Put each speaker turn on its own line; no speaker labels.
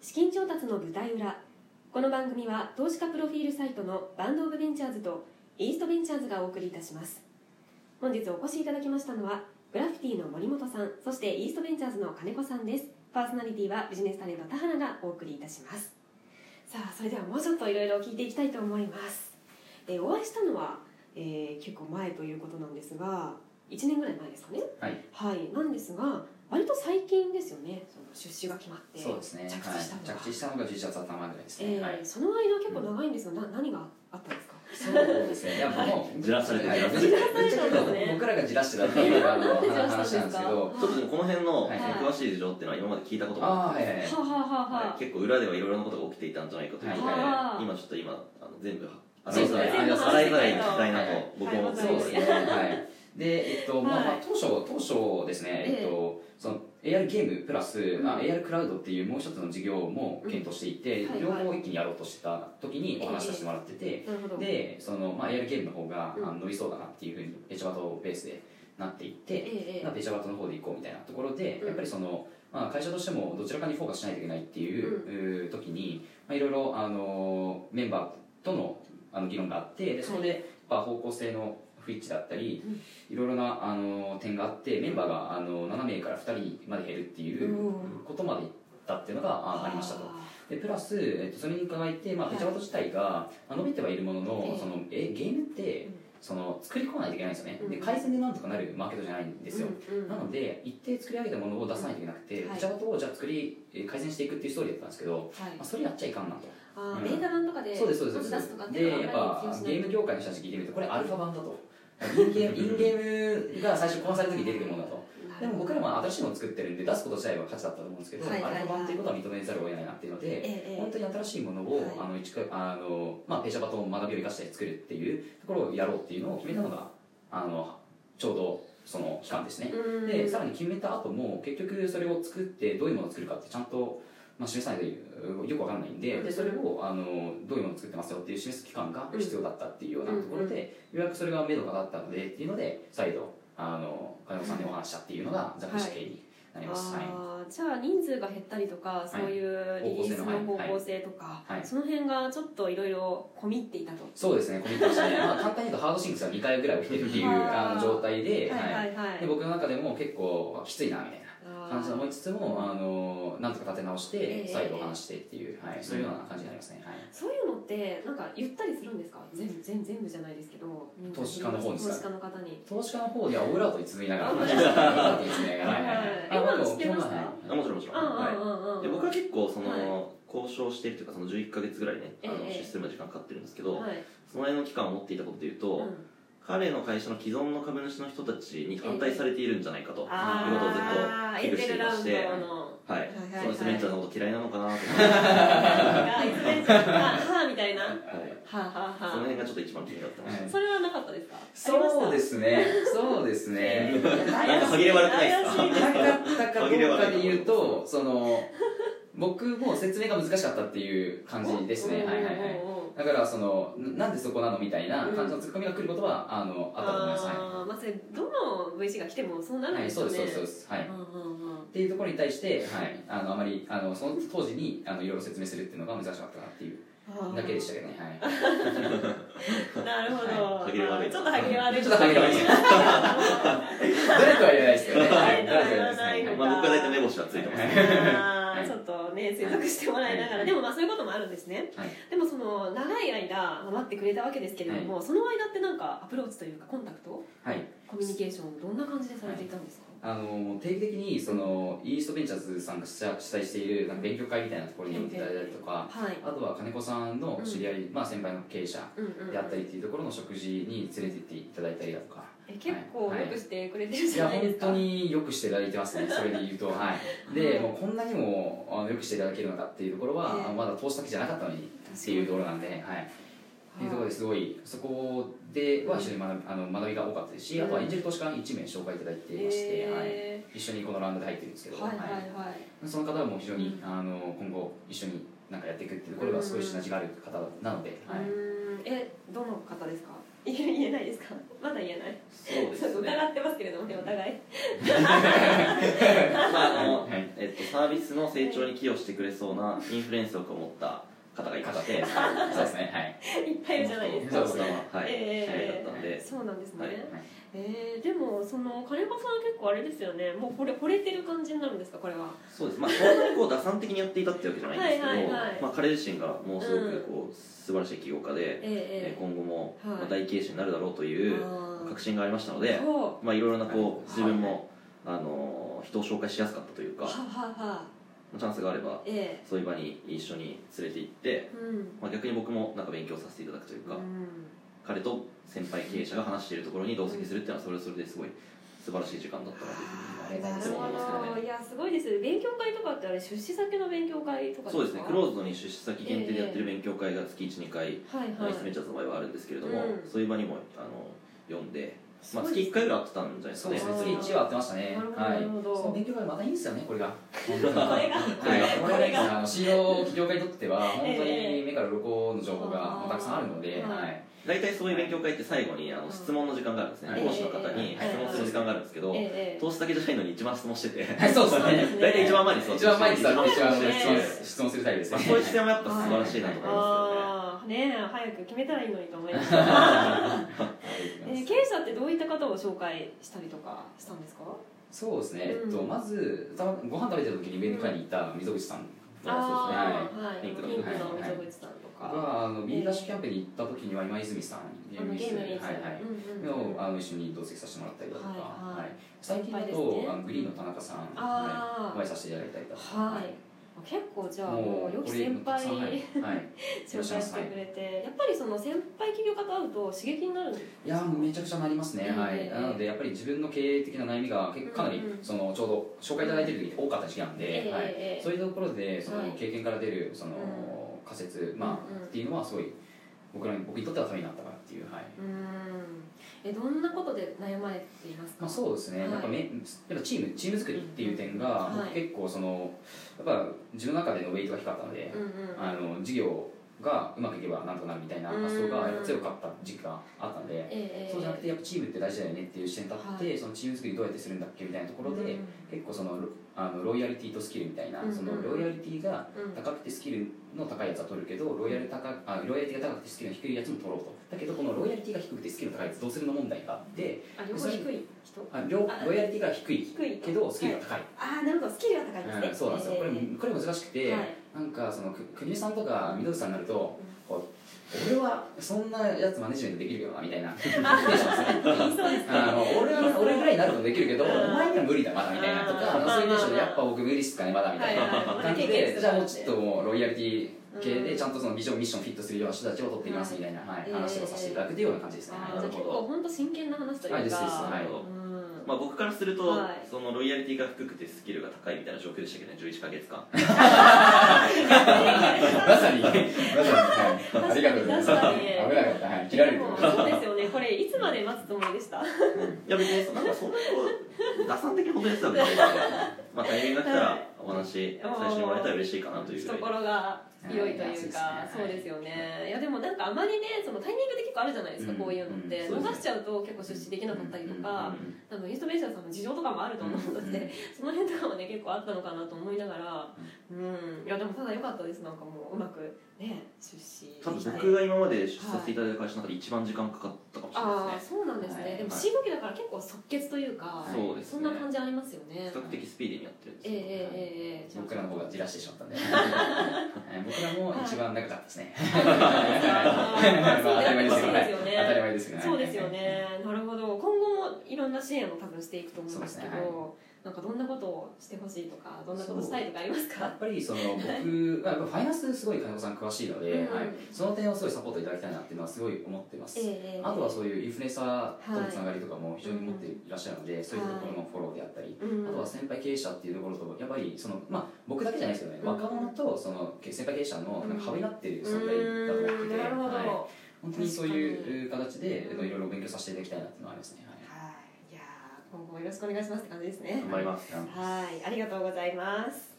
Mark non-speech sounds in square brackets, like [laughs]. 資金調達の舞台裏この番組は投資家プロフィールサイトのバンドオブベンチャーズとイーストベンチャーズがお送りいたします本日お越しいただきましたのはグラフィティの森本さんそしてイーストベンチャーズの金子さんですパーソナリティはビジネスタレント田原がお送りいたしますさあそれではもうちょっといろいろ聞いていきたいと思いますでお会いしたのは、えー結構前ということなんですが1年ぐらい前ですかね
はい、
はいなんですが割と最近ですよねその出資が決まって
そうですね。
着地したのが
はい、着地したのが11月頭ぐらいですね。
えー
はい。
その間結構長いんですが、な何があったんですか
そうです
[laughs]
ね。いやもう
じらされて
はい
じら
ぶ
さ
っち
れて
ゃけ
そうですね
僕らがじらしてたっていうあの
じらしたんで
話
すか
なんですけど、
ちょっとでもこの辺の
はい
詳しい事情っていうのは今まで聞いたことが
ああはいはいはい
はあはあはあは
は
あ
い結構裏ではいろいろなことが起きていたんじゃないかということで、
はい
今ちょっと今あの全部洗
そうで
い
す
ざ
ね
らい
全部
洗いざらいに聞きたいなと僕も
は
思
い
っ
そうですね。
はい
はい。で、えっと、まあ
はい
まあ、当初、当初ですね、
ええ
えっと、その AR ゲームプラス、
うん
あ AR クラウドっていうもう一つの事業も検討していて、
うんはい
両方一気にやろうとしてた時にお話しさせてもらってて、
なるほど
で、その、まあ、AR ゲームの方が、
うん
あの伸びそうだなっていうふうに、ペチャバトベースでなっていって、
えええ
なペチャバトの方で行こうみたいなところで、
うん
やっぱりその、まあ、会社としてもどちらかにフォーカスしないといけないっていう、うー時に、まあ、いろいろ、あのメンバーとのあの議論があってでそこで、やっぱ方向性の不一致だったり、いろいろな、あの点があってメンバーが、あの7名から2人まで減るっていう
う
ことまでいったっていうのがあありましたと。でプラス、えっと、それに伺いて、まあ、
はい
ペチャバト自体が、まあ伸びてはいるものの,、
ええ
そのえゲームって、
うん
その作り込まないといけないんですよね、
うん
で改善でなんとかなるマーケットじゃないん
で
ですよ、
うんうん
なので一定作り上げたものを出さないといけなくて、
はい
ペチャバトをじゃあ作りえー改善していくっていうストーリーだったんですけど、
はい
まあ、それやっちゃいかんなと、
あ
う
ー
ん
ベータ版とかで
そうですそうです
まず出すとかって
で
いうの
やっ
はあんまり
ぱ
気にしない
ゲーム業界の人たち聞いてみるとこれアルファ版だと
[laughs]
インゲームインゲームが最初こなされた時に出てくるものだと
な
で
る
も
ほど
僕らも新しいものを作ってるんで出すこと自体は価値だったと思うんですけど、
はいはいはい
アルファ版っていうことは認めざるを得ないなっていうので、
ええええ
本当に新しいものを、
はい
あの一からあのまあペシャバトン学びを生かして作るっていうところをやろうっていうのを決めたのがあのちょうどその期間ですね。
うん
でさらに決めた後も結局それを作ってどういうものを作るかってちゃんと。まあ、示さないというよくわかんないんで
うん
でそれをあのどういうものを作ってますよっていう示す期間が必要だったっていうようなところで、ようやくそれが目処が立ったのでっていうので再度あの金子さんにお話ししたっていうのがザックシ系になります。はい
あーじゃあ人数が減ったりとかそういうリリースの方向性とか、
はいはい
その辺がちょっといろいろ込み入っていたと、
そうですね、コミットしてね、まあ、簡単に言うとハードシンクスは2回ぐらい起きてるっていう
[laughs] あー
あの状態で,、
はいはいはい
で僕の中でも結構きついなみたい
あー
な感じで思いつつもあのなんとか立て直し
え
て
え
再度お話してっていう、はい、そういうような感じになりますね、はい、
そういうのってなんか言ったりするんですか全部全全部じゃないですけど
投資家の方に
投資家の方に
投資家の方ではオールアウトに続いながら
あ
オ
本当
ール
ですか
アウトに続いながらはい
え
はいあ
今
で
知
も
ってました
基本は
あもちろんもちろん、はい
うんうんうんうん
で僕は結構その、
は
交渉してるというかその11か月ぐらいねあの
ええ
出世まで時間かかってるんですけど、
はい
その間の期間を持っていたことでいうと、
うん
彼の会社の既存の株主の人たちに反対されているんじゃないかと、いうことをずっ
あー
と
エン
危惧
ゼ
し
ル
てい
ラ
ま
ウン
し
ドの
てはい、
はいはいはい
そのスメンチャーのこと嫌いなのかなと思って、
あエスベンチャーがはあみたいなは
はい
あはあ
その
は
辺がちょっと一番気になってまし
は
た
い
あそれはなかったですか
そうですすねそうですね
なんか歯切れ悪くないですか
なかったかどうかで言うとその僕も説明が難しかったっていう感じですねはいはいはいだからそのななんでそこなのみたいな感じのツッコミが来ることは、あのあったと思います、は
あーまあそれどの VC が来てもそうないるん
は
で
い、
す
そう
よ
で
ね
すそうですそうですはい、っ
うんうんうん
ていうところに対して、はい、あのあまりあのその当時にあのいろいろ説明するっていうのが難しかったなっていう
あー
だけでしたけどねはい
なるほど、
はい歯切れ悪い
ちょっと歯切れ悪い
ちょっと歯切れ悪い誰とは言えないですけどね [laughs] はい誰とは言えないです
は
ね
い
まあ、僕は大体目星はついてますね、
[laughs] あ
は
ー
い
ちょっとね推測してもらいながら、
はい
でもまあそういうこともあるんですね
はい
でもその長い間待ってくれたわけですけれども、その間ってなんかアプローチというかコンタクト
はい
コミュニケーションどんな感じでされていたんですか、
あの定期的にそのイーストベンチャーズさんが主催主催しているなんか勉強会みたいなところに呼んでいただいたりとか
はい
あとは金子さんの知り合い、まあ、先輩の経営者
うんうんうん
であったりっていうところの食事に連れて行っていただいたりだとか
え結構
はい
よくしてくれてる
い
じ
や
ゃないで
本
すか、
当によくしていただいてますねそれで言うと
[laughs]
はいでもうこんなにもあのよくしていただけるのかっていうところは、
ええ
あまだ投資先じゃなかったのにっていうところなんではいっていうところですごいそこでは非常に学びあの学びが多かったですしあとはエンジェル投資家1名紹介いただいてまして、はい、
え
一緒にこのラウンドで入ってるんですけ
ー
ど
はいはいはい
その方はもう非常に、
う
あの今後一緒になんかやっていくっていうところがすごいシナジーがある方なので、
う
はい
ーんえどの方ですか言え言えないですかまだ言えない
そうで
ちょっと
すね
疑ってますけれどもねお互い
まああの
はい
えっと、サービスの成長に寄与してくれそうなインフルエンス力を持った方がいまして
そうですねはい
いっぱいいるじゃないですか
そうですね
はい、
ええ
知り合いだったんで、
そうなんですね、
はい
えーでもその金子さんは結構あれですよねもうこれ惚れてる感じになるんですかこれは
そうですまあそんなにこう打算的にやっていたってわけじゃないんですけど
はいはいはい
まあ、彼自身がもうすごくこう、素晴らしい起業家で、え
え
ー今後も、
はい
まあ、大経営者になるだろうと
えええ
いう
あー
確信がありましたので、
そうは
まあ、いろいろなこう
はい
自分も、あのー人を紹介しやすかったという
あ
か、
はあはあ
チャンスがあれば
え
そういう場に一緒に連れて行って、
えうん
まあ、逆に僕もなんか勉強させていただくというか、
うん
彼と先輩経営者が話しているところに同席するっていうのはそれはそれですごい素晴らしい時間だったなというふうに
あ
な
りが
るほど
とうございます
いやすごいです勉強会とかってあれ出資先の勉強会とかですか
そうですねクローズドに出資先限定でやってる勉強会が月12回
はい
まあ
はい
イスメンチャーズの場合はあるんですけれど
う
も、
ん
そういう場にもあの読んで、
す
ま
ご
あ、
い
月1回ぐらい会ってたんじゃないです
そ
か
うで
ね
すね月1はやってました
な
ね
るほど
は
ないるほど
その勉強会またいいんですよねこ
[laughs]
れがこ
これが
これがこれがいいですねあの CEO 企業家にとっては本当
え
に目から鱗の情
[laughs]
報がたくさんあるので、
あー
はい、
大体そういう勉強会って最後にあ
うん
の質問の時間があるんですね、
はい
講師の方に
はい
質問する時間があるんですけど、
ええええ
投資だけじゃないのに一番質問してて
はい、そうです
そうで
ね
すね
[laughs] 大体一番前にそう
一番前に座って一
一番
番
前に
質
そう
問
です
質問するタイプです
ま
ね
あそういう視点もやっぱ素晴らしいなと思いま
ああねえ早く決めたらいいのにと思いました、えー、経営者ってどういった方を紹介したりとかしたんですか
そうですね、
うん
えっと、まずたご飯食べてる時にイベント会にいた溝口さん
あ
そう
あはい、
ピンクの
ピンクの溝口さんと
が、
か、
あのビーダッシュキャンプに行った時には今泉さんゲ
あのゲームの
はい
やつ、
はい
うんうんうん
のあの一緒に同席させてもらったりだとか、
はいはい
最近だ
いっぱいで
と、
すね
あのグリーンの田中さん、
あ
は
ー
い、お会いさせていただいたりだとか、
はい結構じゃあもう良き
これ
先輩 [laughs]
はいはい、
紹介してくれてやっぱりその先輩企業家と会うと刺激になるんです
いやーもうめちゃくちゃなりますね、
うん
はい、なのでやっぱり自分の経営的な悩みが結構かなり、
うんうん
そのちょうど紹介いただいてる時に多かった時期なんで、
ええ
はい
ええ
そういうところでその、
はい
経験から出るその、仮説、まあ
うんうん
っていうのはすごい僕らに僕にとってはためになったかなっていう、はい
うんえどんなことで悩まれていますか、
まあ、そうですね、
はい
なんかめやっぱチームチーム作りっていう点が、
うんはい
僕結構そのやっぱ自分の中でのウェイトが低かったので、
うんうん
あの事業がうまくいけばなんとかなるみたいな発想がやっぱ強かった時期があったんで、
ええ
そうじゃなくてやっぱチームって大事だよねっていう視点に立って、
はい
そのチーム作りどうやってするんだっけみたいなところで、
うん
結構そのロあのロイヤリティとスキルみたいな、
うんうん
そのロイヤリティが
うん
高くてスキルの高いやつは取るけどロイヤル高あロイヤリティが高くてスキルの低いやつも取ろうとだけどこのロイヤリティが低くてスキルの高いやつどうするの問題があって
あ両方低い人
あ両
あ
ロイヤリティが低い
低い
けどスキルが高い、
ああなるほどスキルが高いんですね、
うんそうなんですよ、これ
え
これ難しくて、
はい
なんかそのく国さんとか緑さんになると、
う
こう俺はそんなやつマネジメントできるよなみたい
[laughs]
なテンションですよね
えそうですね
あの俺は俺ぐらいになることできるけど、
うん
お前には無理だまだみたいなとか、
うん
あのそういうテンションでやっぱ僕無理っすかねまだみたい
はいはいは
ない感じ
経験
で、
値
じゃあもうちょっともうロイヤリティ系
う
で
ん
ちゃんとそのビジョンミッションフィットするような人たちを取っていきますみたいな、はい
うん
話をさせていただくというような感じですね。
あ
はい
ーじゃあ結構本当真剣な話というか、
はいですです
すね、
は
ないるほど
うん
まあ、僕からすると、
はい
そのロイヤリティが低くてスキルが高いみたいな状況でしたけどね11か月間
まさに、まさに、はい、ありがとうございま
確かに
す。危なかった、はい、切られ
で
ると
も
思
そう
いま
ですよねこれいつまで待つつもりでした
いや別にそなんかそんなにこう打算的に本当にやってたわけじゃないですけどまあタイミングが来たらお話最初にもらえたら嬉しいかなというぐらいで
懐が広いというか
はい
そうですよねいやでもなんかあまりねそのタイミングで結構あるじゃないですか、
うん
こういうのって、
うん
逃しちゃうと結構出資できなかったりと
う
か、あのインストベーションさんの事情とかもあると思うので、
うん
その辺とかもね結構あったのかなと思いながらうんいやでもただ良かったですなんかもううまくね出資
多分
して
僕が今まで出資させていただいた会社の中で一番時間かかったかもしれない
あ
で
あ
すね
そうなんですね、
はい
でも
はい
新動きだから結構即決というか、
あ
そうですね
そんな感じありますよね
比較的スピーディーにやってるんです
え
よ
えええええ
す。
じゃあ
僕らの方がじらしてしまったんで、はい僕らも一番長かったですね。
あ
[laughs]
ー
まあ
そう
当たり前
で
ですす
よ
けど、
ね
はい当たり前ですけど、はい
そうですよ。ねなるほど今後もいろんな支援を多分していくと思うんですけど
そうですね
なんかどんなことをしてほしいとかどんなことしたいとかあります
や
か
っぱりその僕、まあ、やっぱファイナンスすごい金子さん詳しいので、
うん
はい、その点をすごいサポートいただきたいなっていうのはすごい思ってます。
ええ
あとはそういうインフルエンサーとのつながりとかも非常に持っていらっしゃるので、そういうところのフォローであったり、
うん
あとは先輩経営者っていうところとやっぱりその、まあ、僕だけじゃないですけどね、
うん
若者とその先輩経営者のなんか幅になっている存在だと思っ
うーん
てて、
なるほど、
はい本当にそういう形で
確かに
えっといろいろ勉強させていただきたいなっていうのはありますね。は
は
い
いいやー今後もよろしくお願いしますって感じですね
頑張ります
はいありがとうございます